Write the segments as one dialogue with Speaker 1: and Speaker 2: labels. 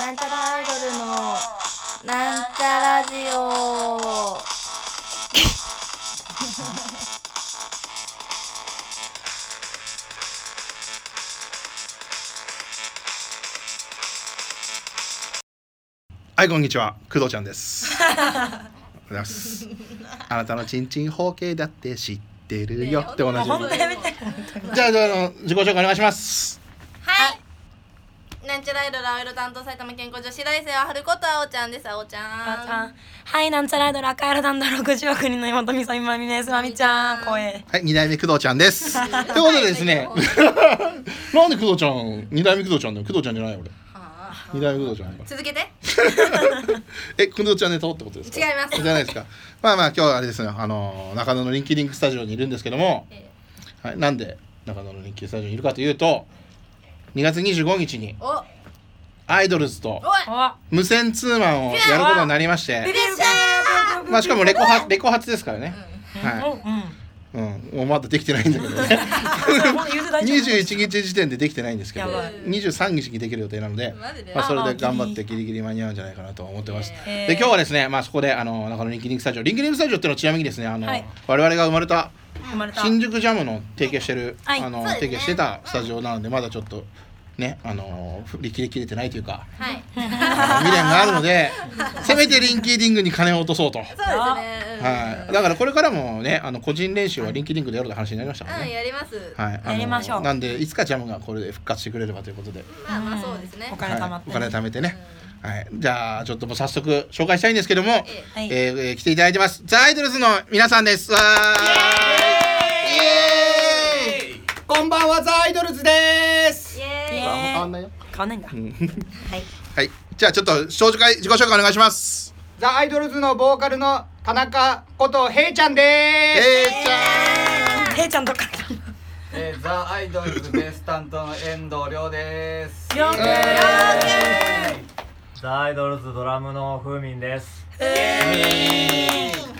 Speaker 1: なんちゃらアイドルのなんちゃラジオ
Speaker 2: はいこんにちは工藤ちゃんです ありがとうございますあなたのちんちん包茎だって知ってるよって同じ
Speaker 3: 本当やめて
Speaker 2: じゃあじゃああの自己紹介お願いします
Speaker 1: はいなんちゃらアイドルアイドル担当埼玉健康女子大生は春子とあおちゃんですあおちゃん
Speaker 3: あちゃんはいなんちゃらアイドル赤色団の60億人の妹みそみまみですまみちゃん声
Speaker 2: はい二代目工藤ちゃんですということでですねなんで工藤ちゃん二代目工藤ちゃんだよ工藤ちゃんじゃない俺
Speaker 1: あ
Speaker 2: 二代目工藤ちゃんだ
Speaker 1: ー
Speaker 2: から
Speaker 1: 続けて
Speaker 2: え工藤ちゃんネタをってことですか
Speaker 1: 違います
Speaker 2: じゃないですかまあまあ今日はあれですねあの中野の人気リンクスタジオにいるんですけども
Speaker 1: え
Speaker 2: はいなんで中野の人気スタジオにいるかというと2月25日に
Speaker 1: おおい
Speaker 2: アイドルズと
Speaker 3: あ
Speaker 2: 無線ツーマンをやることになりまし
Speaker 1: プレ
Speaker 2: て、
Speaker 1: ッシャ
Speaker 2: まあしかもレコ発レコ発ですからね。
Speaker 3: お
Speaker 2: は
Speaker 3: うん
Speaker 2: い。うん、もうまだできてないんだけどね。
Speaker 3: もう言うて 大丈夫
Speaker 2: 21日時点でできてないんですけど
Speaker 3: やばい、
Speaker 2: 23日にできる予定なので
Speaker 1: マジで、
Speaker 2: まあそれ
Speaker 3: あまあ
Speaker 2: で頑張っ
Speaker 3: ギ
Speaker 2: てギリギリ間に合うんじゃないかなと思ってます。
Speaker 3: えー
Speaker 2: で今日はですね、まあそこであの中野リンキリンクスタジオ、リンキリンクスタジオっていうのはちなみにですね、あの
Speaker 3: はい
Speaker 2: 我々が生まれた
Speaker 3: 生まれた
Speaker 2: 新宿ジャムの提携してる、
Speaker 3: はい
Speaker 2: あの
Speaker 1: そうですね
Speaker 2: 提携してたスタジオなのでまだちょっとね、あの振り切れ切れてないというか。
Speaker 1: ーはい
Speaker 2: あの未練があるので、せめてリンキーディングに金を落とそうと。
Speaker 1: そうですねうん
Speaker 2: はい、だからこれからもねあの個人練習はリンキーディングでやろうって話になりましたもん
Speaker 1: うん
Speaker 2: ね。
Speaker 1: やります
Speaker 2: はい、あの
Speaker 3: やりましょう
Speaker 2: なんでいつかジャムがこれで復活してくれればということで、
Speaker 1: まあまあそうですね
Speaker 3: お
Speaker 2: はい
Speaker 3: 金貯まっ、
Speaker 2: お
Speaker 3: て
Speaker 2: 金貯めてね、はい、じゃあちょっともう早速紹介したいんですけども、
Speaker 3: ええ
Speaker 2: えーえー来ていただいてますザ・アイドルズの皆さんですわーイエーイ
Speaker 4: こんばんはザアイドルズです。
Speaker 1: イエーイ
Speaker 3: イエーイ
Speaker 2: あ変わんないよ
Speaker 3: 買わないんだ
Speaker 2: はいじゃあちょっと紹介自己紹介お願いします
Speaker 4: ザアイドルズのボーカルの田中ことヘイちゃん
Speaker 2: えーち
Speaker 4: で
Speaker 2: ゃ
Speaker 3: へいちゃんどっから
Speaker 5: えー、ザ・アイドルズベース担当の遠藤亮です
Speaker 3: りょうくん
Speaker 6: ザ・アイドルズドラムのふうみんです。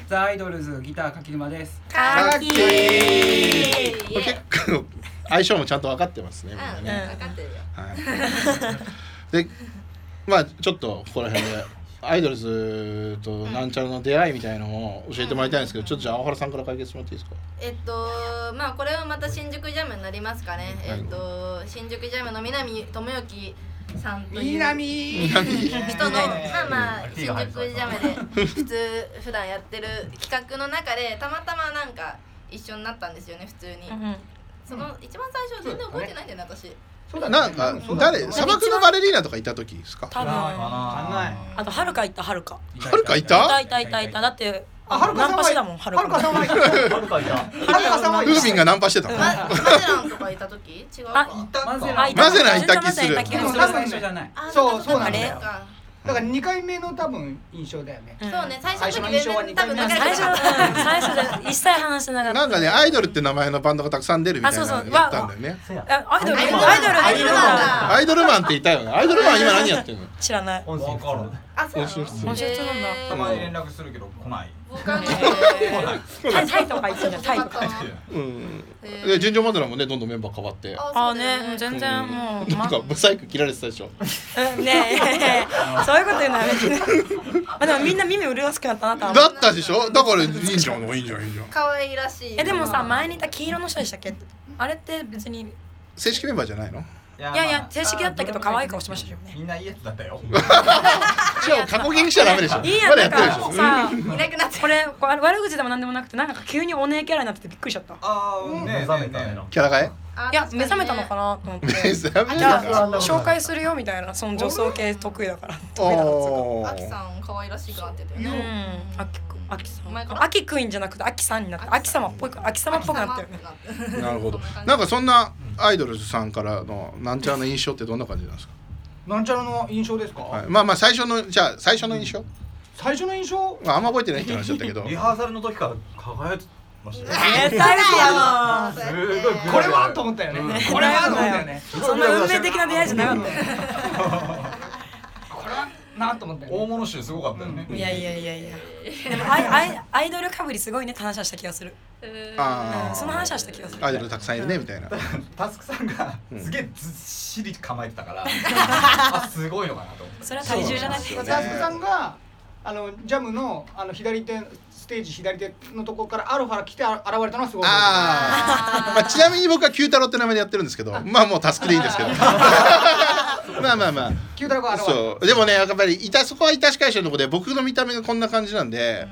Speaker 5: ザ・アイドルズギター柿沼です
Speaker 2: んかっ
Speaker 3: か
Speaker 2: こい
Speaker 3: き
Speaker 2: い
Speaker 1: イエーイ
Speaker 2: これ結構相性もちゃんと分かってますねみんなね、
Speaker 1: 分かってるよ
Speaker 2: はい、でまあちょっとここら辺でアイドルズとなんちゃらの出会いみたいのを教えてもらいたいんですけどちょっとじゃあ青原さんから解決してもらっていいですか
Speaker 1: えっとまあこれはまた新宿ジャムになりますかね、
Speaker 2: はい
Speaker 1: えっと新宿ジャムの南智之さんと
Speaker 4: す。
Speaker 1: いう
Speaker 4: 南。
Speaker 1: 人のまあまあ
Speaker 5: うん
Speaker 1: 新宿ジャムで普通普段やってる企画の中でたまたまなんか一緒になったんですよね普通に、
Speaker 3: うんうん
Speaker 1: その一番最初全然覚えてないんだよね私
Speaker 4: そうだね
Speaker 2: なんか
Speaker 4: そうだね
Speaker 2: 誰砂漠のバレリーナとかいた時ですか
Speaker 3: 多分あ
Speaker 5: わかんない
Speaker 3: とはるかいったはるか
Speaker 2: はるかいた
Speaker 3: いたいたいたいただって
Speaker 4: あはる
Speaker 3: ナ
Speaker 4: かさ
Speaker 3: ン
Speaker 4: ん
Speaker 3: パ
Speaker 4: は
Speaker 3: しだもんは
Speaker 4: は
Speaker 3: る
Speaker 4: る
Speaker 3: か
Speaker 4: かさんはいた。は
Speaker 6: はるかいた。
Speaker 4: るかさんは
Speaker 2: ルーミン
Speaker 4: い
Speaker 2: がナンパしてたの
Speaker 1: ママゼランとかいた時違うか
Speaker 3: あ
Speaker 4: た。
Speaker 5: マゼ
Speaker 3: あ
Speaker 5: ラ
Speaker 3: い
Speaker 2: マゼランいた気する
Speaker 3: マゼランいた気
Speaker 4: で
Speaker 3: が
Speaker 4: も
Speaker 3: す
Speaker 4: 多
Speaker 3: る
Speaker 4: 分
Speaker 5: 一緒じゃない
Speaker 1: あ
Speaker 4: そうそうな
Speaker 1: か
Speaker 4: んだ
Speaker 1: ね
Speaker 4: よだから二回目の多分印象だよね。
Speaker 3: うん
Speaker 1: そうね最初の時
Speaker 4: 最初の印象は
Speaker 1: 全然多分
Speaker 3: 最
Speaker 1: 仲良くな
Speaker 3: 初
Speaker 1: かった
Speaker 3: うん最初で一切話してなかった
Speaker 2: なんかねアイドルって名前のバンドがたくさん出るみたいな
Speaker 3: あそうそう
Speaker 2: のやったんだよね
Speaker 6: せや。
Speaker 3: えアイドルアイドル
Speaker 1: ア
Speaker 3: ア
Speaker 1: イ
Speaker 3: イ
Speaker 1: ドル
Speaker 3: ドル
Speaker 1: なんだ
Speaker 2: アイドルマンっていたよねアイドルマン今何やってんの
Speaker 3: 知らない
Speaker 6: 音声
Speaker 5: わかる
Speaker 1: あそうなの
Speaker 2: 音信不通
Speaker 3: 音信不通なんだ
Speaker 1: へー
Speaker 5: たまに連絡するけど来 ない
Speaker 1: わかんない。
Speaker 3: タイタイとか言ってんじゃんタイとか
Speaker 2: うん
Speaker 1: へー
Speaker 2: で純情マドラーもねどんどんメンバー変わって
Speaker 3: ああね全然もう
Speaker 2: なん
Speaker 3: ま
Speaker 2: かブサイク切られてたでしょ
Speaker 3: うんねえそういうこと言うのやめてね まあでもみんな耳潤しくなったなとは思
Speaker 2: だ
Speaker 3: う
Speaker 2: ったでしょだからいいんじゃんいいんじゃんいいんじゃん
Speaker 1: 可愛らしい。
Speaker 3: えでもさ前にいた黄色の人でしたっけあれって別に
Speaker 2: 正式メンバーじゃないの
Speaker 5: い
Speaker 3: いやいや正式だったけど可愛い顔してましたよね
Speaker 5: みんないいやつだっ たよ
Speaker 2: じゃあ過去形にしちゃダメでしょ
Speaker 3: いいや
Speaker 2: ま
Speaker 3: ん
Speaker 2: だ
Speaker 3: な
Speaker 2: やってるで
Speaker 3: ん
Speaker 2: し
Speaker 3: か
Speaker 2: ょ
Speaker 3: さ
Speaker 1: いなくなっちゃ
Speaker 3: これこれ悪口でもなんでもなくてなんか急にお姉キャラになっててびっくりしちゃった
Speaker 5: ああね
Speaker 6: 目覚めたよな。
Speaker 2: キャラ変え
Speaker 1: う。
Speaker 3: いや目覚めたのか
Speaker 1: な。
Speaker 3: なと思って
Speaker 2: 目覚め
Speaker 3: じ
Speaker 2: た
Speaker 3: ゃ
Speaker 2: か
Speaker 3: あ紹介するよみたいなその女装系得意だから得意だからっつうか
Speaker 2: お
Speaker 1: あき
Speaker 2: ー
Speaker 1: さん可愛らしくなってたよ
Speaker 3: うん
Speaker 1: ね。
Speaker 3: あきくあきさ
Speaker 1: 前か
Speaker 3: ん
Speaker 1: ら
Speaker 3: あきくんじゃなくてあきさんになってあき様っぽいあき様っぽくなったよね
Speaker 2: なるほど
Speaker 1: ん
Speaker 2: なんかそんなアイドルさんからのなんちゃらの印象ってどんな感じなんですか、
Speaker 4: なんちゃらの印象ですか。
Speaker 2: はい、まあまあ最初のじゃあ最初の印象、
Speaker 4: 最初の印象。
Speaker 2: まあ、あんま覚えてないって話だったけど
Speaker 5: リハーサルの時から輝いてましたよ
Speaker 3: 絶対嘘だ
Speaker 1: そ
Speaker 5: す
Speaker 1: う
Speaker 5: ごい
Speaker 1: や
Speaker 5: グ
Speaker 1: っ
Speaker 5: ラ
Speaker 1: て
Speaker 5: グラ
Speaker 4: これはと思ったよね。これはと思ったよね。
Speaker 3: よそんな運命的な出会いじゃなかったよ
Speaker 4: これはなと思ったよ
Speaker 5: 大
Speaker 4: ね。
Speaker 5: 物集すごかったよね
Speaker 3: いやいやいやいやでもアイアイアイドルかぶりすごいねって話はした気がする
Speaker 2: あー
Speaker 3: その話はした気がする
Speaker 2: アイドルたくさんいるねみたいな
Speaker 5: タスクさんが
Speaker 2: うん
Speaker 5: すげえずっしり構えてたから あすごいのかなと思って
Speaker 3: それは体重じゃなくて
Speaker 2: そうなんですよね
Speaker 4: タスクさんがあのジャムのあの左手ステージ左手のところからアロハラ来てあ現れたのはすごい
Speaker 2: あ ーまあちなみに僕は九太郎って名前でやってるんですけどまあもうタスクでいいですけ どまあまあまあ
Speaker 4: キュータラが現れた
Speaker 2: そうでもねやっぱりいたそこは板し会社のとこで僕の見た目がこんな感じなんで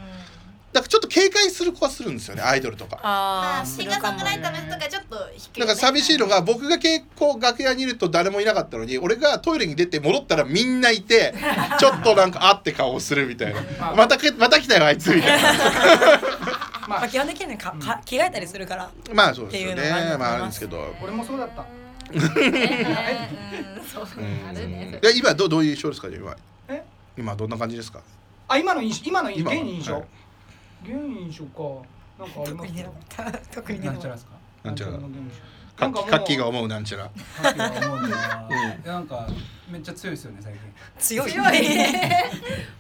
Speaker 2: だからちょっと警戒する子はするんですよねアイドルとか。
Speaker 1: ま
Speaker 3: あ
Speaker 1: あ
Speaker 3: ー
Speaker 1: シンガーソングライターの人とかちょっと低いよね
Speaker 2: なんか寂しいのが僕が結構楽屋にいると誰もいなかったのに俺がトイレに出て戻ったらみんないて ちょっとなんかあって顔をするみたいなまたけまた来たよあいつみたいな
Speaker 4: ま
Speaker 3: まあ
Speaker 4: あ
Speaker 3: 基本的にはねかか着替えたりするから
Speaker 2: まあそうですよ
Speaker 3: っていうのがある
Speaker 2: ね
Speaker 3: と思います
Speaker 2: まああるんですけど、
Speaker 4: 俺もそうだった
Speaker 1: ねうんそう
Speaker 2: うん
Speaker 1: あるね
Speaker 2: で今どどういう印象ですかじゃあ今
Speaker 4: え
Speaker 2: 今どんな感じですか
Speaker 4: あ今の印象今の印
Speaker 2: 今
Speaker 4: 象現印象、
Speaker 2: はい
Speaker 4: 現印象かなんかあり
Speaker 3: 特
Speaker 4: ます
Speaker 3: にね
Speaker 4: か
Speaker 3: 特にね
Speaker 5: すか
Speaker 2: なんちゃら
Speaker 4: の現
Speaker 2: カ
Speaker 4: 象
Speaker 2: ッキーカッキーが
Speaker 4: なんかもう
Speaker 2: 思うなんちゃら
Speaker 7: カッキーが思うのは、なんかめっちゃ強いですよね最近
Speaker 3: 強い
Speaker 1: 強いね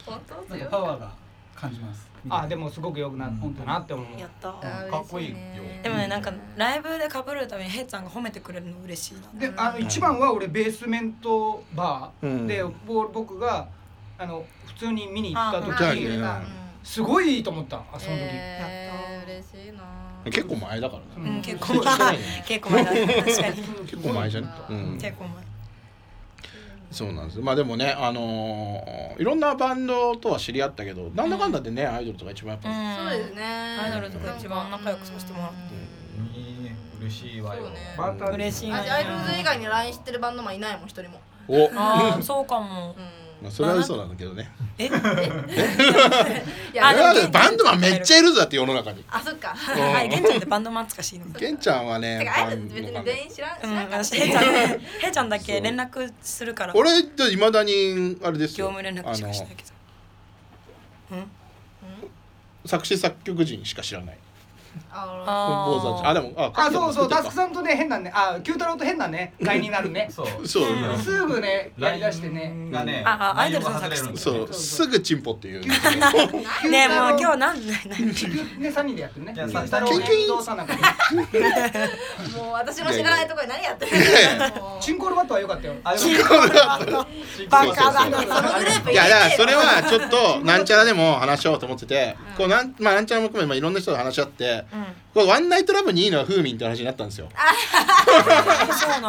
Speaker 1: 本当
Speaker 7: なん
Speaker 1: 強
Speaker 7: か
Speaker 1: い
Speaker 7: パワーが感じます
Speaker 4: あでもすごく良くなったなって思う、
Speaker 3: やった
Speaker 1: あ
Speaker 5: かっこいいよ
Speaker 1: 嬉しね
Speaker 3: でもねなんかライブで被るためにヘイちゃんが褒めてくれるの嬉しいな
Speaker 4: であの一番は俺ベースメントバ
Speaker 2: うん
Speaker 4: ーで、ぼ僕があの普通に見に行った
Speaker 1: あ
Speaker 2: じゃあ
Speaker 4: 時
Speaker 2: ね
Speaker 1: うん
Speaker 4: すごいいいと思ったあその時、
Speaker 1: えー嬉しいな
Speaker 2: 結構前だからね
Speaker 3: うん結構
Speaker 2: 成長してな
Speaker 3: 前
Speaker 2: いね
Speaker 3: 結構前だね確かに
Speaker 2: 結構前じゃん、
Speaker 1: す
Speaker 2: う
Speaker 1: ごい
Speaker 2: ん、
Speaker 3: 結構前
Speaker 2: そうなんですまあでもねあのーいろんなバンドとは知り合ったけどなんだかんだでねアイドルとか一番やっぱ、
Speaker 1: そうですねア
Speaker 3: アイドルとか一番仲良くさせてもらって
Speaker 5: いい嬉しいわよ
Speaker 1: そうね
Speaker 5: また
Speaker 3: 嬉しい
Speaker 1: あ
Speaker 3: わ
Speaker 1: アイドルズ以外に LINE 知ってるバンドマンいないもん一人も
Speaker 2: お、
Speaker 3: ああそうかも
Speaker 1: うん
Speaker 2: まあ、それは嘘なんだけどね
Speaker 3: え
Speaker 1: いや
Speaker 3: あ
Speaker 2: い
Speaker 3: でも
Speaker 2: や
Speaker 3: 現地
Speaker 2: バンドマンめっちゃいるぞだって世の中に
Speaker 1: あそっか
Speaker 3: はい玄ちゃんってバンドマン懐かしいの
Speaker 2: ケンちゃんはね
Speaker 1: てかアイドル別
Speaker 2: バ
Speaker 1: に
Speaker 2: ンド
Speaker 1: 全員知らん知
Speaker 3: う
Speaker 1: らん
Speaker 3: ん
Speaker 1: から
Speaker 3: 私ヘイちゃんねヘイちゃんだけ連絡するから業
Speaker 2: 俺いまだにあれですよ
Speaker 3: 務連絡しかしないけど
Speaker 2: あの作詞作曲人しか知らない
Speaker 1: あ
Speaker 2: 坊主さ
Speaker 3: あ
Speaker 2: ん
Speaker 3: ー
Speaker 2: あでもあ
Speaker 4: あそうそう
Speaker 2: カッ
Speaker 4: タ
Speaker 2: キー
Speaker 4: ス
Speaker 2: も
Speaker 4: クさんとね変なねあ九太郎と変なねラインになるね
Speaker 5: そう
Speaker 2: そう
Speaker 4: すぐねやりだしてね
Speaker 5: LINE がね
Speaker 3: ああアイドル
Speaker 5: 内
Speaker 3: の
Speaker 5: 容が外
Speaker 3: 作
Speaker 5: れ
Speaker 3: 詞
Speaker 5: るんだよね
Speaker 2: そうすぐチンポって いう
Speaker 3: ねえもう今
Speaker 4: 日
Speaker 3: 日なんで何
Speaker 4: ね三人でやってるね
Speaker 5: いや
Speaker 4: 九太郎
Speaker 2: キュンキュン
Speaker 4: 遠藤さんなんかね
Speaker 1: ーもう私の知らないところで何やってるのもう
Speaker 4: チンコールバットは良かったよ
Speaker 5: あ
Speaker 3: チンコ
Speaker 2: バカだ
Speaker 1: そのグループ
Speaker 2: いやだからそれはちょっとなんちゃらでも話しようと思ってて、こうなんまあなんちゃらも含めまあいろんな人と話し合って、これワンナイトラブにいいのはフーミンって話になったんですよ。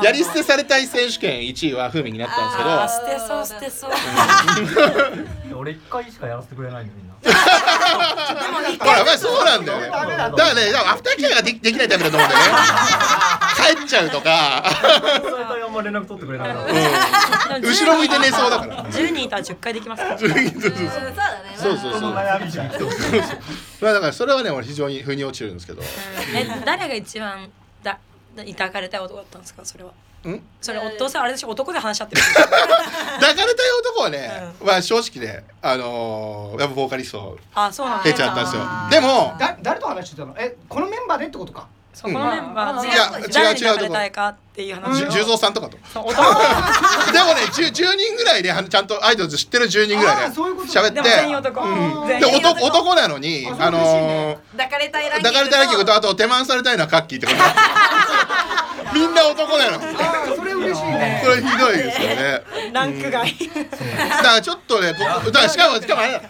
Speaker 2: やり捨てされたい選手権1位はフーミンになったんですけ
Speaker 3: あー
Speaker 2: ど。
Speaker 3: 捨てそう捨てそう
Speaker 6: 俺一回しかやらせてくれないのみんな
Speaker 2: ほら、まあ、そうなんだよね。だ
Speaker 4: ダメ
Speaker 2: か
Speaker 4: だ
Speaker 2: らね、だからアフターケアができできないタイプだと思うんだよね。帰っちゃうとか、
Speaker 6: それとあんま連絡取ってくれない から
Speaker 3: でも
Speaker 2: 後ろ向いて寝そうだから。
Speaker 3: 10人いたら10回できますから
Speaker 1: うんそうだね
Speaker 2: そうそうそう。まあ、
Speaker 6: 悩みじゃん
Speaker 2: だから、それはね、俺非常に腑に落ちるんですけど。
Speaker 3: え誰が一番だ抱かれたい男だったんですかそれは
Speaker 2: ん
Speaker 3: それおどうせあれでしょ男で話し合ってる
Speaker 2: 抱かれたい男はね、まあ、正直ね、あのー、やっぱボーカリスト。
Speaker 3: あそうなんだ
Speaker 2: 出ちゃったんですよ。でも。
Speaker 4: だ誰と話してたのえこのメンバーでってことか
Speaker 3: そこのメンバー
Speaker 1: い
Speaker 3: で
Speaker 1: や
Speaker 3: 誰に
Speaker 2: 違う違う
Speaker 3: 抱かれたいかっていう話
Speaker 2: じゅ
Speaker 3: を
Speaker 2: 重蔵さんとかと。
Speaker 3: そう男は
Speaker 2: でもね、10, 10人ぐらいで、あのちゃんとアイドル知ってる10人ぐらい
Speaker 4: あー
Speaker 2: で
Speaker 4: そういうこと
Speaker 2: 喋って。
Speaker 3: でも全員男
Speaker 2: うん
Speaker 3: 全員
Speaker 2: で男男なのに、あのー、
Speaker 1: 抱かれたいランキング
Speaker 2: 抱かれたいけど、あと手満されたいのはカッキーとか。みんな男なの。
Speaker 4: あーそれ嬉しいね
Speaker 2: これひどいですよね。
Speaker 3: ランク外
Speaker 2: だからちょっとね、僕、だからしかも、しかもあれだ、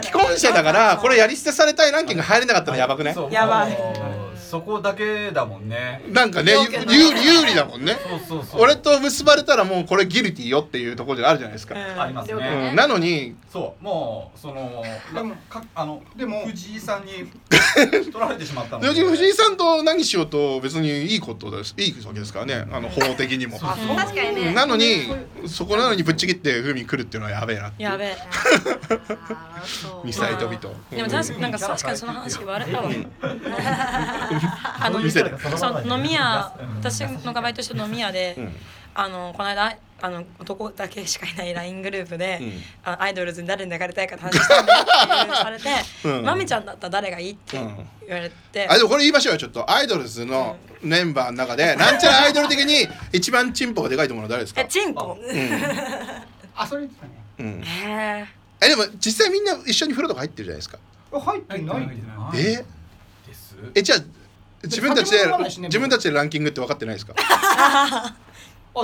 Speaker 2: 既婚者だから、これやり捨てされたいランキング入れなかったのやばくね。
Speaker 5: そう
Speaker 3: やばい
Speaker 5: もうそこだけだもんね
Speaker 2: なんかね、ゆ有利有利だもんね。
Speaker 5: そうそうそう
Speaker 2: 俺と結ばれたらもうこれギルティよっていうところであるじゃないですか。
Speaker 5: ありますね
Speaker 2: うん、なのに
Speaker 5: そうもうその
Speaker 4: でも
Speaker 5: かあの
Speaker 4: でも
Speaker 5: 藤井さ んに取られてしまったの
Speaker 2: 要するに藤井さんと何しようと別にいいことですいいわけですからねあの法的にも。
Speaker 1: 確かにね
Speaker 2: なのにそこなのにぶっちぎって風味来るっていうのはやべえなって
Speaker 3: やべえ
Speaker 1: あーそう
Speaker 2: ミサイトビと。
Speaker 3: でも確かなんか確かにその話言われ たわあの
Speaker 2: 見せる
Speaker 3: そう飲み屋私のバイトしてる飲み屋で、あのこの間あの男だけしかいない LINE グループで、
Speaker 2: うん
Speaker 3: あアイドルズに誰に抱かれたいかって話した んだっていうされて「
Speaker 2: うん
Speaker 3: まみちゃんだったら誰がいい?」って
Speaker 2: うん
Speaker 3: 言われて、
Speaker 2: あでもこれ言いましょうよちょっとアイドルズのメンバーの中 でなんちゃらアイドル的に一番チンポがでかいと思うのは誰ですか
Speaker 3: え、チンコ
Speaker 4: あそれ言ってたね
Speaker 2: うん、
Speaker 3: へ
Speaker 2: えでも実際みんな一緒に風呂とか入ってるじゃないですか
Speaker 4: え入ってない
Speaker 7: 入ってない
Speaker 2: え
Speaker 5: です
Speaker 2: えじゃあ自分たちで
Speaker 4: 酒も飲まないしね
Speaker 2: 自分たちでランキングって分かってないですか
Speaker 4: あ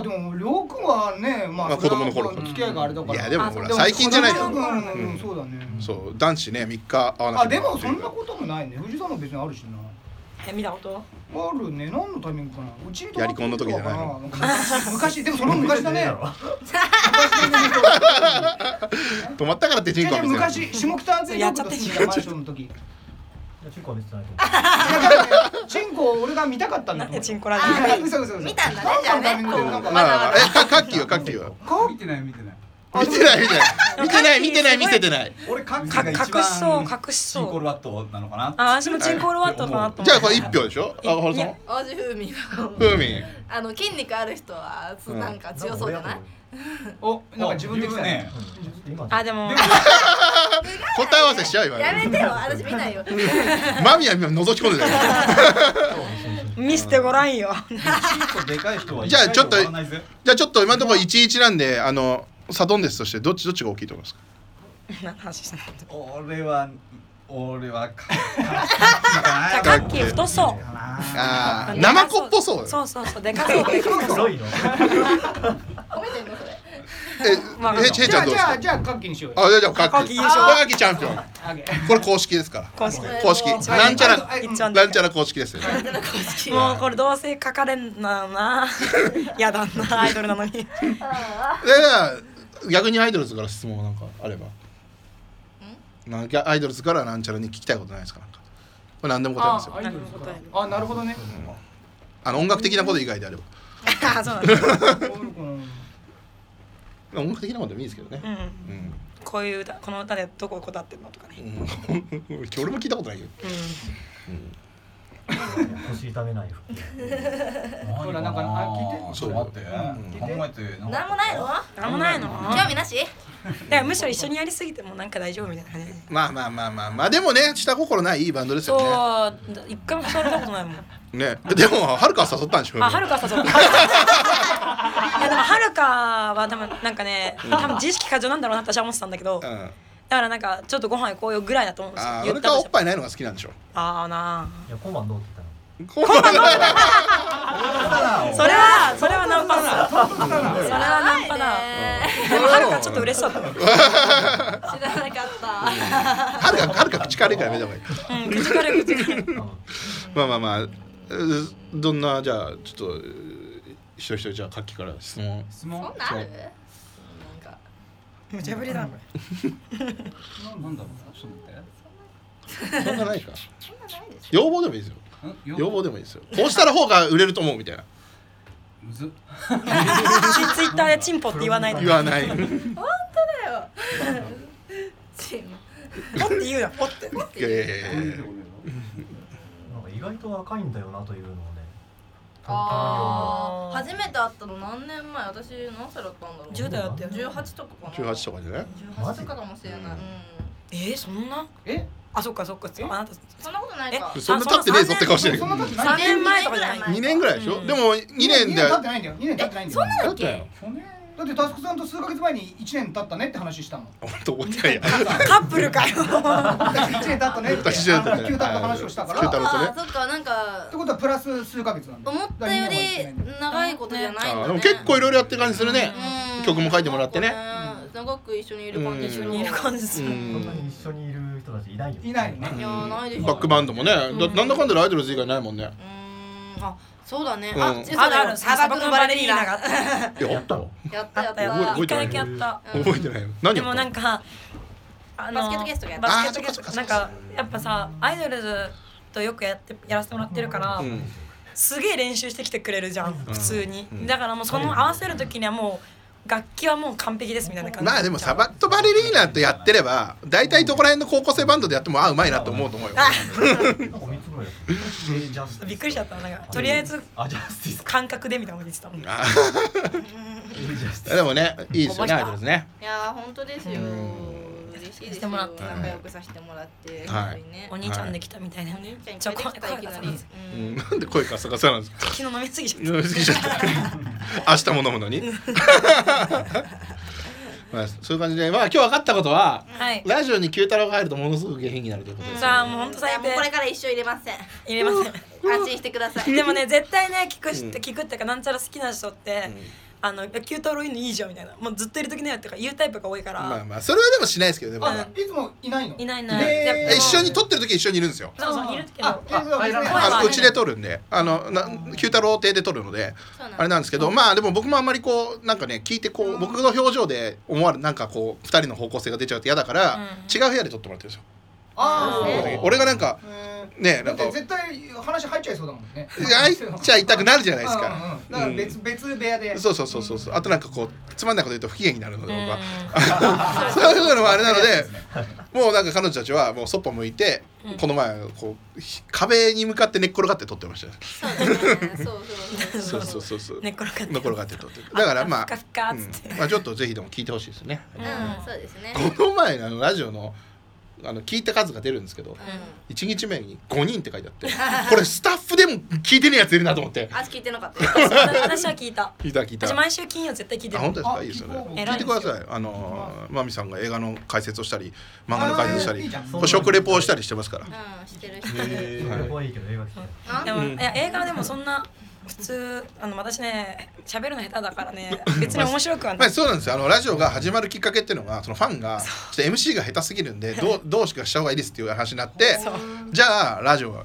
Speaker 4: でもりょうくんはねまあ
Speaker 2: まあ子供の頃
Speaker 4: それは付き合いがあれだから
Speaker 2: いやでもほ
Speaker 4: あ
Speaker 2: ら
Speaker 4: でも
Speaker 2: 最近じゃないと
Speaker 4: 子供の頃うん
Speaker 2: うん
Speaker 4: そうだね
Speaker 2: そう男子ね3日会わな
Speaker 4: あ
Speaker 2: くて
Speaker 4: で
Speaker 2: も
Speaker 4: もそんなこともないね藤井さんも別にあるしな
Speaker 3: え見たこと
Speaker 4: あるね何のタイミングかなうちに
Speaker 2: やりこんの時じゃないの
Speaker 4: 昔昔でもその昔だ ね
Speaker 2: 止まったからって
Speaker 4: 違う
Speaker 2: 人口
Speaker 4: 違う
Speaker 2: 見せない
Speaker 4: 昔下北全国と住んだマンションの時
Speaker 6: チンコは見せてないと
Speaker 4: チンコを俺が見たかったんだ
Speaker 3: なんで
Speaker 4: と思う
Speaker 3: チンコラジ
Speaker 1: あー
Speaker 4: 嘘嘘嘘嘘
Speaker 1: 見たんだねじゃあね
Speaker 4: なんかなんか
Speaker 2: まあまあえかカッキーはカッキーは
Speaker 7: 見てない見てな
Speaker 2: 見
Speaker 7: い
Speaker 2: てない見てない見てない見てない見せてない
Speaker 7: 俺カッキ
Speaker 3: か
Speaker 7: ーが
Speaker 3: 隠
Speaker 7: 一
Speaker 3: しそう
Speaker 7: 番
Speaker 3: 隠し
Speaker 7: シンコ
Speaker 3: そう
Speaker 7: ルワットなのかな
Speaker 3: あ私もチンコロワットだなと思って
Speaker 2: じゃあこれ1票でしょあ
Speaker 3: い
Speaker 2: 堀さん
Speaker 3: や
Speaker 1: 淡路風味の
Speaker 2: ふうみん
Speaker 1: あの筋肉ある人はそう
Speaker 2: うん
Speaker 1: なんか強そうじゃない
Speaker 4: おなんか自分で来たね
Speaker 7: ね
Speaker 3: あでも
Speaker 2: 答え合わせしちゃうよ
Speaker 1: やめてよ私見ないよ
Speaker 2: マミヤ今覗き込んでたよ
Speaker 3: 見せてごらんよ
Speaker 7: 結構でかい人は
Speaker 2: じゃあちょっと
Speaker 7: 意外終わらないぜ
Speaker 2: じゃあちょっと今のところ11なんであのサドンデスとしてどっちどっちが大きいと思いますか
Speaker 3: 何の話してんの
Speaker 5: 俺は俺はか
Speaker 3: じゃあカッキー太そう
Speaker 2: ああ生子っぽそう
Speaker 3: そうそうそうでかそうでかそう
Speaker 6: 黒いの
Speaker 1: 褒めてんのそれ
Speaker 2: え
Speaker 3: まあ
Speaker 2: へへい
Speaker 4: じ
Speaker 2: ちゃ
Speaker 4: ゃ
Speaker 2: ん
Speaker 4: あ
Speaker 2: どうで
Speaker 4: じ
Speaker 2: す
Speaker 4: ゃ
Speaker 2: か
Speaker 4: あじゃあカッキーにしようよ
Speaker 2: あじゃあじゃあカッ
Speaker 3: カッ
Speaker 2: キ
Speaker 3: キ
Speaker 2: ー
Speaker 3: ー
Speaker 2: カ
Speaker 3: 優勝
Speaker 2: ッキーチャンピオン
Speaker 4: あげ
Speaker 2: これ公式ですから
Speaker 3: 公式
Speaker 2: 公式
Speaker 1: もう
Speaker 2: なんちゃら
Speaker 3: 一番で
Speaker 2: なんち
Speaker 3: か
Speaker 2: ゃら公式ですよね
Speaker 3: いもうこれどうせ書かれんなよなやだなアイドルなの
Speaker 1: あ
Speaker 3: に
Speaker 2: でじゃあ逆にアイドルズから質問なんかあればなんかアイドルズからなんちゃらに聞きたいことないですかなんかこれ何でも答えますよ
Speaker 4: あアイドルですかあなるほど ね
Speaker 2: あの音楽的なこと以外であれば
Speaker 3: あそうなんだ
Speaker 2: 音楽的なことでもいいですけどね
Speaker 3: うん
Speaker 2: うん
Speaker 3: こういう歌この歌でどこをこだわってんのとかね
Speaker 2: うん 俺も聞いたことないよ
Speaker 3: うん
Speaker 6: 腰痛めないよ
Speaker 7: ほ
Speaker 4: ほらなんかあ聞いて
Speaker 7: ちょっと待って
Speaker 4: うん
Speaker 7: 考えて
Speaker 1: ー なんもないの
Speaker 3: なんもないの
Speaker 1: 興味なし
Speaker 3: だからむしろ一緒にやりすぎてもなんか大丈夫みたいな感じ
Speaker 2: まあまあまあまあまあでもね下心ないいいバンドです
Speaker 3: そ
Speaker 2: よね
Speaker 3: う一回も誘われたことないもん
Speaker 2: ねでもはるかは誘ったんでしょ
Speaker 3: あはるかは誘っ たいやでもはるかは多分なんかね多分自意識過剰なんだろうなって私は思ってたんだけど
Speaker 2: う
Speaker 3: だ
Speaker 2: ん
Speaker 3: からなんかちょっとご飯行こうよぐらいだと思うんですよ
Speaker 2: あーは
Speaker 3: 言
Speaker 2: る
Speaker 3: った
Speaker 2: かはお
Speaker 3: とし
Speaker 2: って
Speaker 3: も
Speaker 2: ぱいないのが好きなんでしょ
Speaker 3: ああなあ
Speaker 6: いや今晩どうって言ったの
Speaker 2: こう
Speaker 3: それはそれはナンパだそれはナンパだでもはるかちょっと嬉しそうだった
Speaker 1: 知らなかった
Speaker 2: はるかはるか口軽いからやめた方がいい
Speaker 3: うん口軽い口軽い
Speaker 2: まあまあまあうどんなじゃあちょっとう一人一人じゃあカッキーから質問
Speaker 7: 質問
Speaker 1: そんなんあるなんか
Speaker 3: 無茶ぶりだ
Speaker 7: なんだろうちょっと待って
Speaker 2: そ
Speaker 1: そ
Speaker 2: んなないか
Speaker 1: んなないでし
Speaker 2: 要望でもいいですよ
Speaker 7: ん
Speaker 2: 要望でもいいですよこうしたら方が売れると思うみたいな
Speaker 7: むずっ
Speaker 3: ツイッターでチンポって言わないで
Speaker 2: 言わない
Speaker 1: ょチーム
Speaker 3: ポって言うなポって
Speaker 2: いやいやいやいや
Speaker 6: なんか意外と若いんだよなというのをね
Speaker 1: ああ初めて会ったの何年前私何歳だったんだろう
Speaker 3: 10代だったよ
Speaker 1: 18とかかな
Speaker 2: 18とかじゃない
Speaker 1: 18とかかもしれない、うん、
Speaker 3: えー、そんな
Speaker 4: え
Speaker 3: あそっかそっかあなた
Speaker 1: そんなことないか
Speaker 2: そんな経ってねえぞって顔してるけ
Speaker 4: そ
Speaker 2: ど
Speaker 4: んな経ってない
Speaker 3: 3年前とかじゃない
Speaker 2: 2年ぐらいでしょでも2年で
Speaker 4: 経ってないんだよ2年経ってないんだよ
Speaker 2: だったよ
Speaker 4: 去年だってタスクさんと数ヶ月前に1年経ったねって話したもん
Speaker 2: 本当覚えてないや
Speaker 3: カップルかよ
Speaker 4: 1年経ったねって
Speaker 2: 私じゃな
Speaker 4: あ
Speaker 2: く
Speaker 4: の
Speaker 2: て
Speaker 4: 旧タクの話をしたから
Speaker 2: 旧
Speaker 4: っ
Speaker 2: タ
Speaker 4: て
Speaker 2: クなるほどね
Speaker 1: あーそっかなんか
Speaker 4: ことはプラス数ヶ月なんだ
Speaker 1: 思
Speaker 4: よ
Speaker 1: ったよ
Speaker 4: だから今は言って
Speaker 1: り
Speaker 4: ないんだよ
Speaker 1: 長いことじゃないん
Speaker 2: あ
Speaker 1: だ、
Speaker 2: ー
Speaker 1: ね、
Speaker 2: でも結構いろいろやってる感じするね
Speaker 1: うん
Speaker 2: 曲も書いてもらってね
Speaker 1: なんか長く一緒にいる感じ
Speaker 2: うん
Speaker 1: 一
Speaker 3: 一
Speaker 1: 緒
Speaker 3: 緒
Speaker 1: に
Speaker 3: に
Speaker 1: い る
Speaker 3: いる
Speaker 1: 感
Speaker 3: 感
Speaker 1: じ
Speaker 3: じする
Speaker 6: そんなに一緒にいる人たちいないよ
Speaker 4: いないよね
Speaker 1: いやーないでしょ
Speaker 2: バックバンドもねだなんだかんだでアイドルズ以外ないもんね
Speaker 1: うーんあそうだね、
Speaker 2: うん
Speaker 1: あ、そうだ
Speaker 3: あ
Speaker 1: よ
Speaker 3: るある砂漠のバレリーナがあった
Speaker 2: やったの
Speaker 1: やったやった
Speaker 2: 覚え覚え
Speaker 3: 一
Speaker 2: てない
Speaker 3: 回だけやった
Speaker 1: うん
Speaker 2: 覚えてないよ何
Speaker 3: で
Speaker 2: やった
Speaker 3: も
Speaker 2: の
Speaker 3: なんかあ
Speaker 1: バスケットゲストがやった
Speaker 3: バスケットゲス
Speaker 2: あー
Speaker 3: ト
Speaker 2: そ
Speaker 3: な
Speaker 2: っ
Speaker 3: ん
Speaker 2: かそっか
Speaker 3: かやっぱさアイドルズとよくやってやらせてもらってるから、
Speaker 2: うん
Speaker 3: すげえ練習してきてくれるじゃん普通に、
Speaker 2: うん
Speaker 3: だからもうその合わせる時にはもう楽器はもう完璧ですみたいな感じ
Speaker 2: まあでもサバットバレリーナとやってれば大体どこら辺の高校生バンドでやってもあうまいなと思うと思うよ
Speaker 3: あ
Speaker 6: なんか三つぐらいだ
Speaker 5: ジャス
Speaker 3: びっくりしちゃったなんかとりあえず
Speaker 5: あジャスティス
Speaker 3: 感覚でみたいなこと言ってたもん
Speaker 2: あでもねいいですよねアイドルですね
Speaker 1: いやー本当ですよ嬉しいで
Speaker 3: し
Speaker 1: す
Speaker 3: て
Speaker 1: よ
Speaker 3: もらって
Speaker 1: 仲良くさせてもらって、本
Speaker 2: はい
Speaker 1: 当にね
Speaker 3: お兄ちゃんできたみたいな
Speaker 1: お
Speaker 3: ね
Speaker 1: 兄ちゃんいっ
Speaker 3: ち
Speaker 1: ぱ
Speaker 3: ょ
Speaker 1: いで
Speaker 3: こ
Speaker 1: きたいきなり、
Speaker 2: う
Speaker 1: うん
Speaker 2: んなんで声カサカサなんですか
Speaker 3: 昨日飲みすぎちゃっ
Speaker 2: 飲み過ぎちゃった明日も飲むのに まあ、そういう感じでまあ今日分かったことは
Speaker 3: はい
Speaker 2: ラジオに九太郎が入るとものすごく下品になるということです、
Speaker 3: じゃあもう本当最
Speaker 1: いやもう
Speaker 3: 低
Speaker 1: これから一生入れません
Speaker 3: 入れま せん
Speaker 1: 安心してください
Speaker 3: でもね絶対ね聞くし、
Speaker 2: うん
Speaker 3: 聞くっていうかなんちゃら好きな人って、
Speaker 2: うん
Speaker 3: あの「九太郎いいのいいじゃん」みたいなもうずっといる時ねっていうか言うタイプが多いから、
Speaker 2: まあまあそれはでもしないですけどね僕は
Speaker 4: あいつもいないの
Speaker 3: いないいない、
Speaker 4: ねえ
Speaker 3: やでも
Speaker 2: え一緒に撮ってる時は一緒にいるんですよ
Speaker 3: そうそういるけ
Speaker 4: あ
Speaker 3: ど、
Speaker 4: いつは別に
Speaker 3: はい
Speaker 2: あ
Speaker 3: はいう
Speaker 2: ちで撮るんであのな九太郎邸で撮るので
Speaker 1: そうなん
Speaker 2: あれなんですけどまあでも僕もあんまりこうなんかね聞いてこう僕の表情で思われなんかこう2人の方向性が出ちゃうと嫌だから、違う部屋で撮ってもらってるんですよ
Speaker 4: あ
Speaker 1: そう
Speaker 4: ー
Speaker 1: ね
Speaker 2: 俺がなんか
Speaker 4: えー
Speaker 2: ねえな
Speaker 4: だっ
Speaker 2: んか
Speaker 4: て絶対話入っちゃいそうだもんね
Speaker 2: 開いちゃ痛くなるじゃないです
Speaker 4: うん
Speaker 2: か
Speaker 4: うん。だから別、別部屋で
Speaker 2: そうそうそうそうそうあとなんかこうつまんないこと言うと不機嫌になるので僕は、
Speaker 3: う
Speaker 2: そういうのもあれなのでもうなんか彼女たちはもうそっぽ向いて、
Speaker 3: うん
Speaker 2: この前こうひ壁に向かって寝っ転がって撮ってました、
Speaker 1: そうだねそうそうそうう
Speaker 2: そそうそうそうん
Speaker 3: 寝っ転がって
Speaker 2: 寝っ転がって撮ってだからまあ
Speaker 3: ふかふかっ
Speaker 2: うん
Speaker 3: つって、
Speaker 2: まあちょっとぜひでも聞いてほしいですね、
Speaker 1: うん
Speaker 3: うん
Speaker 1: そうですね
Speaker 2: この前のあのラジオのあの聞いた数が出るんですけど、
Speaker 1: うん
Speaker 2: 一1日目に5人って書いてあってこれスタッフでも聞いてねえやついるなと思って
Speaker 1: あ聞いてなかったよ
Speaker 3: 私は聞いた
Speaker 2: 聞いた聞いた
Speaker 3: 私毎週金曜絶対聞いて
Speaker 2: あ
Speaker 3: る
Speaker 2: 本当ですか
Speaker 4: あ
Speaker 2: いいですよ
Speaker 4: 聞こ
Speaker 2: ね
Speaker 4: う
Speaker 2: 聞いてくださいあのーマミさんが映画の解説をしたり漫画の解説した
Speaker 4: あーい
Speaker 2: り
Speaker 4: いじゃん
Speaker 2: これ食レポをしたりしてますから
Speaker 1: うんしてるしてる
Speaker 6: えー、怖いけど映画好きだ
Speaker 1: あ
Speaker 3: でも、
Speaker 2: うん
Speaker 3: いや映画はでもそんな普通あの私ね喋るの下手だからね別に面白くは
Speaker 2: ま
Speaker 3: な
Speaker 2: あ
Speaker 3: い
Speaker 2: そうなんですよあのラジオが始まるきっかけっていうのがそのファンがちょっと MC が下手すぎるんでどう どうしかした方がいいですっていう話になって
Speaker 3: そう
Speaker 2: じゃあラジオ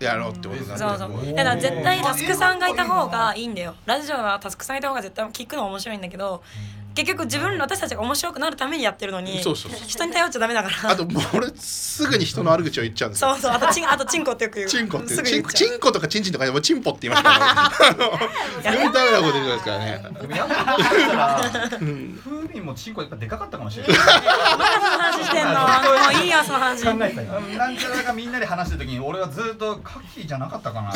Speaker 2: やろうってことに
Speaker 3: そ
Speaker 2: な
Speaker 3: う
Speaker 2: って
Speaker 3: そう
Speaker 2: もう
Speaker 3: いやだから絶対タスクさんがいた方がいいんだよラジオはタスクさんいた方が絶対聞くの面白いんだけど結局自分ら私たちが面白くなるためにやってるのに
Speaker 2: そうそうそう
Speaker 3: 人に頼っちゃダメだから
Speaker 2: あともう俺すぐに人の悪口を言っちゃうんですよ
Speaker 3: そうそうあとチンあとチンコってよく言う
Speaker 2: チンコって
Speaker 3: すぐ
Speaker 2: チン
Speaker 3: 言っ
Speaker 2: コ
Speaker 3: ちゃ
Speaker 2: チンコとかチンチンとかでもチンポって言いますからねあ の全然ダメなこと言うじゃないですからね
Speaker 6: でもやっぱりだから風味もチンコやっぱでかかったかもしれない。
Speaker 3: うまだその話してんのもういいよその話
Speaker 6: 考えたよ。なんちゃらがみんなで話してる時に俺はずっとカキじゃなかったかな。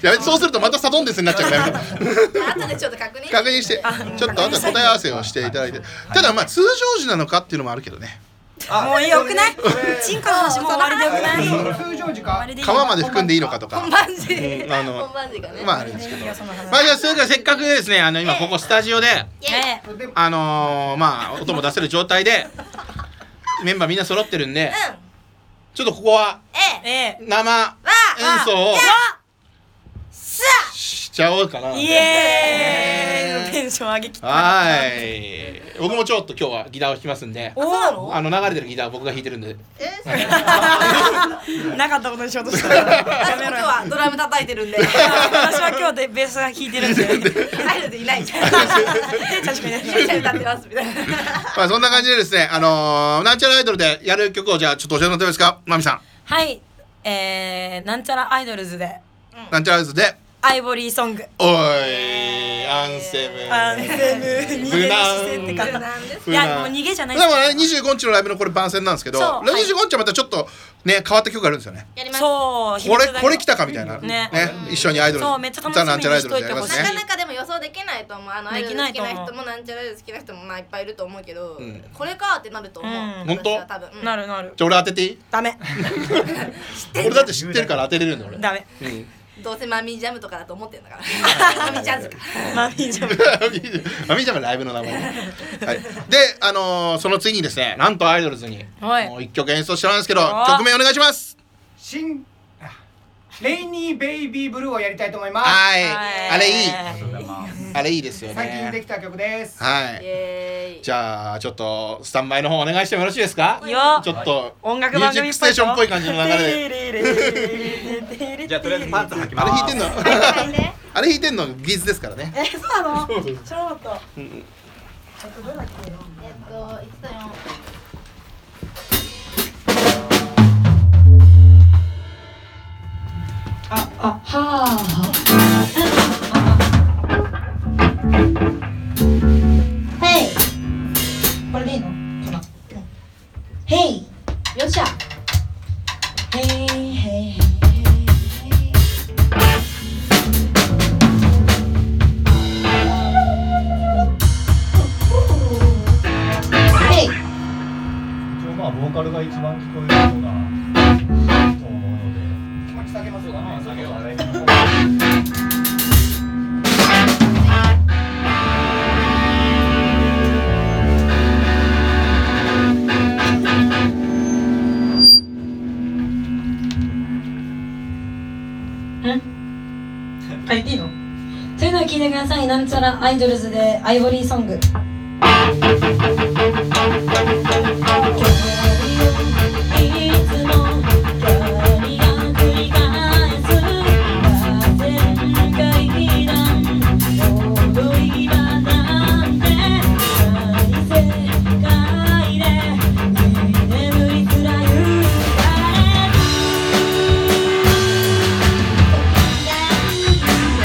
Speaker 2: やべそうするとまたサドンデスになっちゃうからや めて
Speaker 1: 後でちょっと確認
Speaker 2: 確認して
Speaker 3: あ
Speaker 2: ちょっと後で答え合わせをしていただいてただまあ通常時なのかっていうのもあるけどね
Speaker 6: あ
Speaker 3: もうよくない
Speaker 6: それそれ
Speaker 3: チンコの話もう終わりでよくない終
Speaker 4: 通常時か
Speaker 3: わりでい
Speaker 2: 皮
Speaker 3: いよ
Speaker 2: まで含んでいいのかとか
Speaker 1: 本番時
Speaker 2: あの
Speaker 1: 本番時がね
Speaker 2: まああれですけど
Speaker 3: いいよその話
Speaker 2: まあじゃあそれからせっかくですねあの今ここスタジオで
Speaker 1: イエイ
Speaker 3: ね
Speaker 4: で
Speaker 2: あのーまあ音も出せる状態 でメンバーみんな揃ってるんで
Speaker 1: うん
Speaker 2: ちょっとここは
Speaker 1: え
Speaker 3: ええ
Speaker 2: 生演奏をしちゃおうかな
Speaker 3: イエーイテンション上げきった
Speaker 2: はい僕もちょっと今日はギターを弾きますんで
Speaker 3: おお
Speaker 2: あの流れてるギターを僕が弾いてるんで
Speaker 1: えそれ
Speaker 3: なかったことにしようとしたらや
Speaker 1: 私も
Speaker 3: め
Speaker 1: 今
Speaker 3: ろ
Speaker 1: 日
Speaker 3: よ
Speaker 1: はドラム叩いてるん で
Speaker 3: 私は今日でベースが弾いてるんで
Speaker 1: 入るで いないみたい
Speaker 3: てんちゃんしかいない
Speaker 1: な歌ってますみたいな
Speaker 2: まあそんな感じでですねあのーなんちゃらアイドルでやる曲をじゃあちょっと教えてもらってもいいですかまみさん
Speaker 3: はいえー、なんちゃらアイドルズで
Speaker 2: なんちゃらアイドルで
Speaker 3: アイボリーソング
Speaker 2: おいアンセム
Speaker 3: アンセム逃げる姿勢って
Speaker 1: 無
Speaker 3: 感
Speaker 1: 難です
Speaker 3: じいやもう逃げじゃない
Speaker 2: でもね25日のライブのこれ番宣なんですけど
Speaker 3: そうはい
Speaker 2: ライブ25日はまたちょっとね変わった曲があるんですよね
Speaker 1: やります
Speaker 3: そう
Speaker 2: これこれ来
Speaker 3: た
Speaker 2: たかみたいなね
Speaker 3: ね
Speaker 2: 一緒にアイドル
Speaker 3: そうめっちゃ楽しみに
Speaker 2: ザなんちゃらアイドルでやります
Speaker 3: しといて
Speaker 1: な
Speaker 3: ほ
Speaker 1: か
Speaker 2: ね
Speaker 3: し
Speaker 1: な
Speaker 3: い
Speaker 1: かでも予想できないと思うあのアイドル好きな
Speaker 3: で
Speaker 1: 人
Speaker 3: き
Speaker 1: もなんちゃらアイドル好きな人もまあいっぱいいると思うけど、
Speaker 2: うん
Speaker 1: これかってなると思う、
Speaker 3: うん
Speaker 2: 本当
Speaker 1: 私は多分、うん
Speaker 3: なるなる
Speaker 2: じゃあ俺当てていい
Speaker 3: ダメ
Speaker 2: 俺だって知ってるから当てれるんだ俺
Speaker 3: ダメ
Speaker 2: うん
Speaker 1: どうせマミージャムとかだと思ってんだから マミージャズか
Speaker 3: マミーじゃん
Speaker 2: まみちゃんがライブの名前ね、はい、で、あのーその次にですねなんとアイドルズに
Speaker 3: はい
Speaker 2: もう一曲演奏してもらうんですけど
Speaker 3: お
Speaker 2: 曲名お願いします
Speaker 4: 新あレイニーベイビーブルーをやりたいと思います
Speaker 2: はい
Speaker 3: はい
Speaker 2: あれいい
Speaker 6: ありがとうございます。
Speaker 2: あれいいですよ
Speaker 4: 最近で
Speaker 2: ね
Speaker 4: きた曲です
Speaker 2: は
Speaker 1: イ
Speaker 2: い
Speaker 1: エーイ
Speaker 2: じゃあちょっとスタンバイの方お願いしてもよろしいですか
Speaker 3: いいよ
Speaker 2: ちょっと
Speaker 3: 音楽番組 で
Speaker 5: じゃあとりあえずパンツ履き
Speaker 2: あれ
Speaker 5: ま
Speaker 2: 弾
Speaker 5: す
Speaker 2: いてんのあれ弾いてんのギーズですからね
Speaker 3: えそうなのちょっと
Speaker 1: えっと1と4
Speaker 8: ヘイこれでいいのかなヘイよっしゃヘイヘイヘイヘイヘイ
Speaker 6: 一応まあボーカルが一番聞こえるようなと思うので。
Speaker 4: 気持ち下げますよ
Speaker 6: こ
Speaker 3: なさいなんちゃらアイドルズでアイボリーソング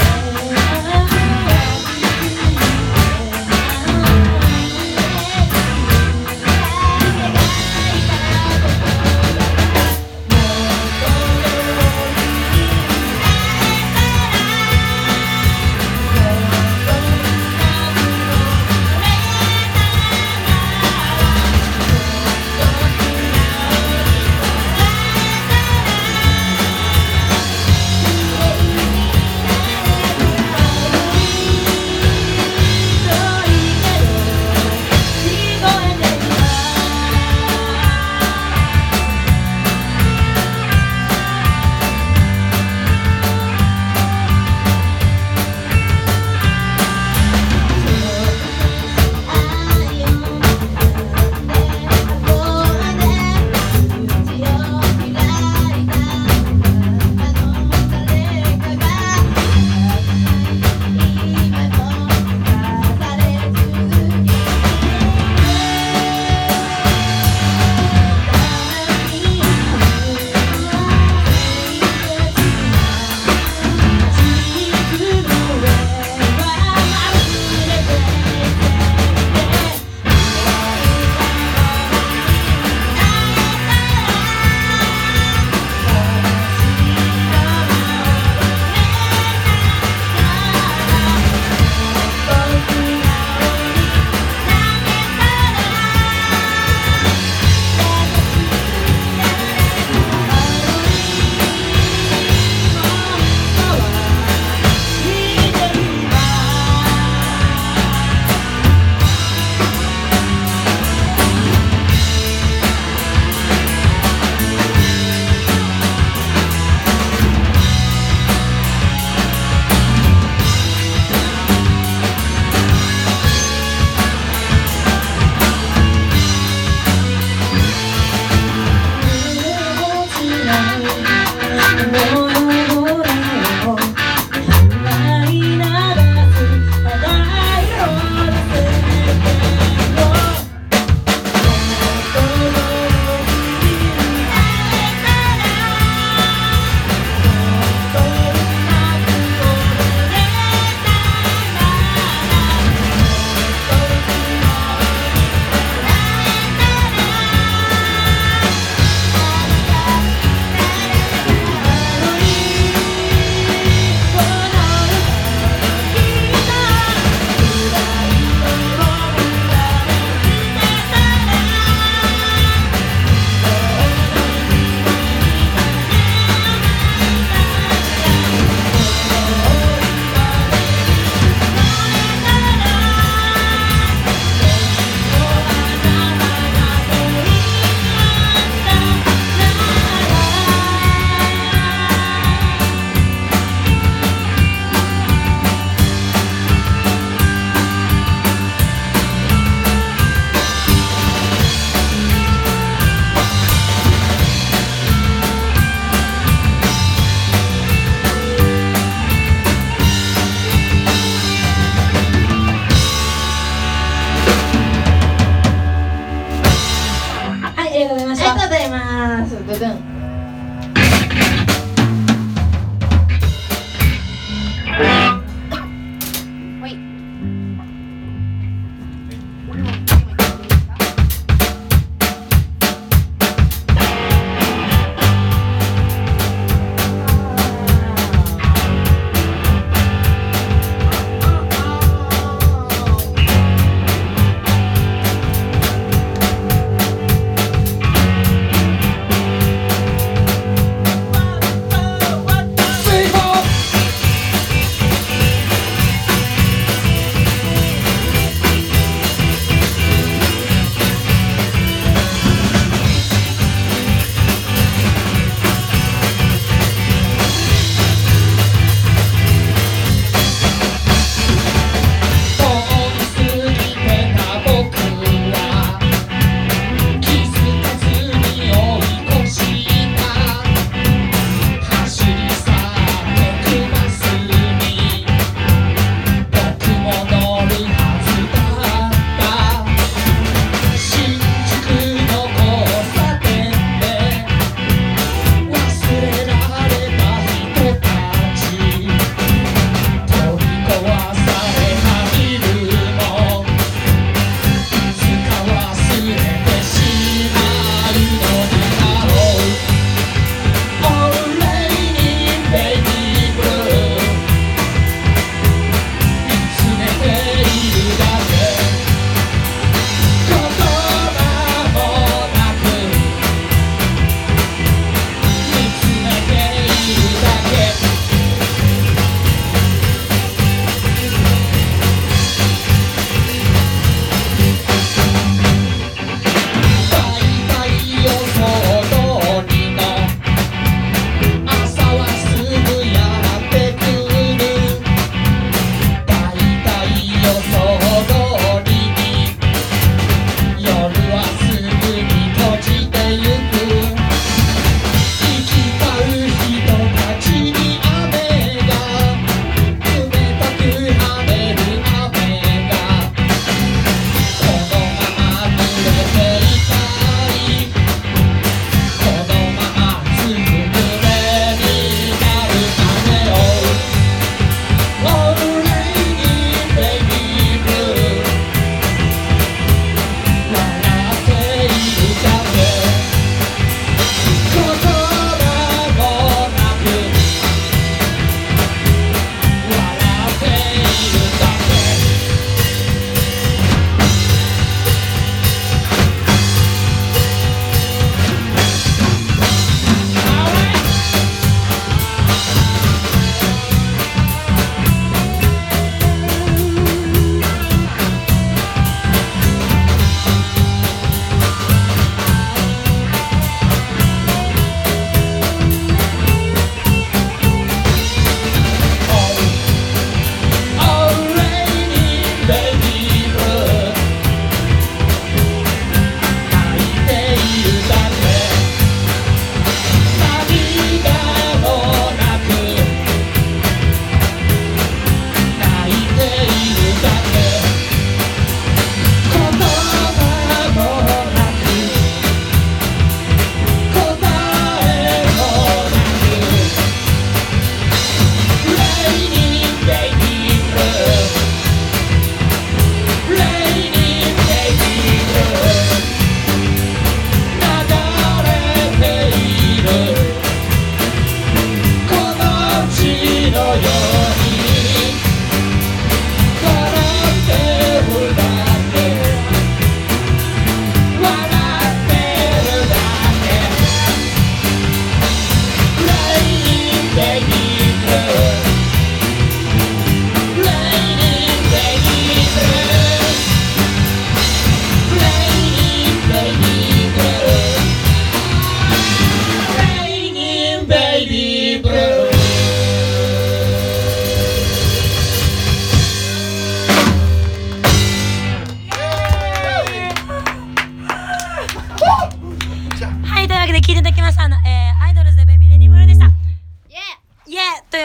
Speaker 3: 「君がいるから」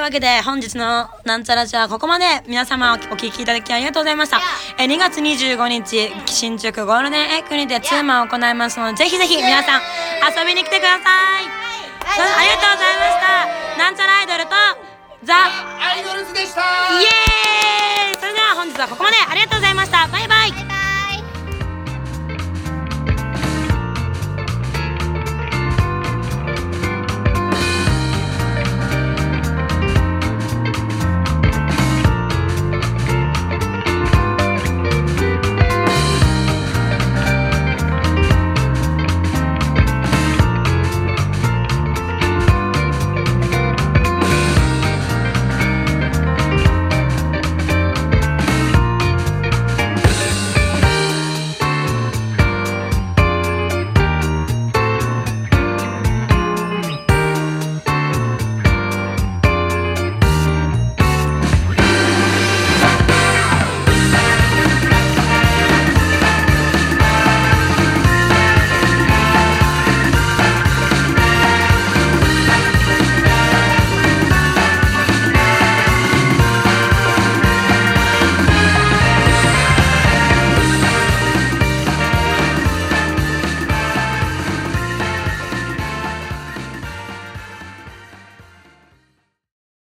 Speaker 3: わけで本日のなんちゃらじゃあここまで皆様お聞きいただきありがとうございました。え2月25日新宿ゴールデンエッグにてツーマンを行いますのでぜひぜひ皆さん遊びに来てください。どうもありがとうございました。なんちゃらアイドルとザ・
Speaker 4: アイドルズでした
Speaker 3: イエーイ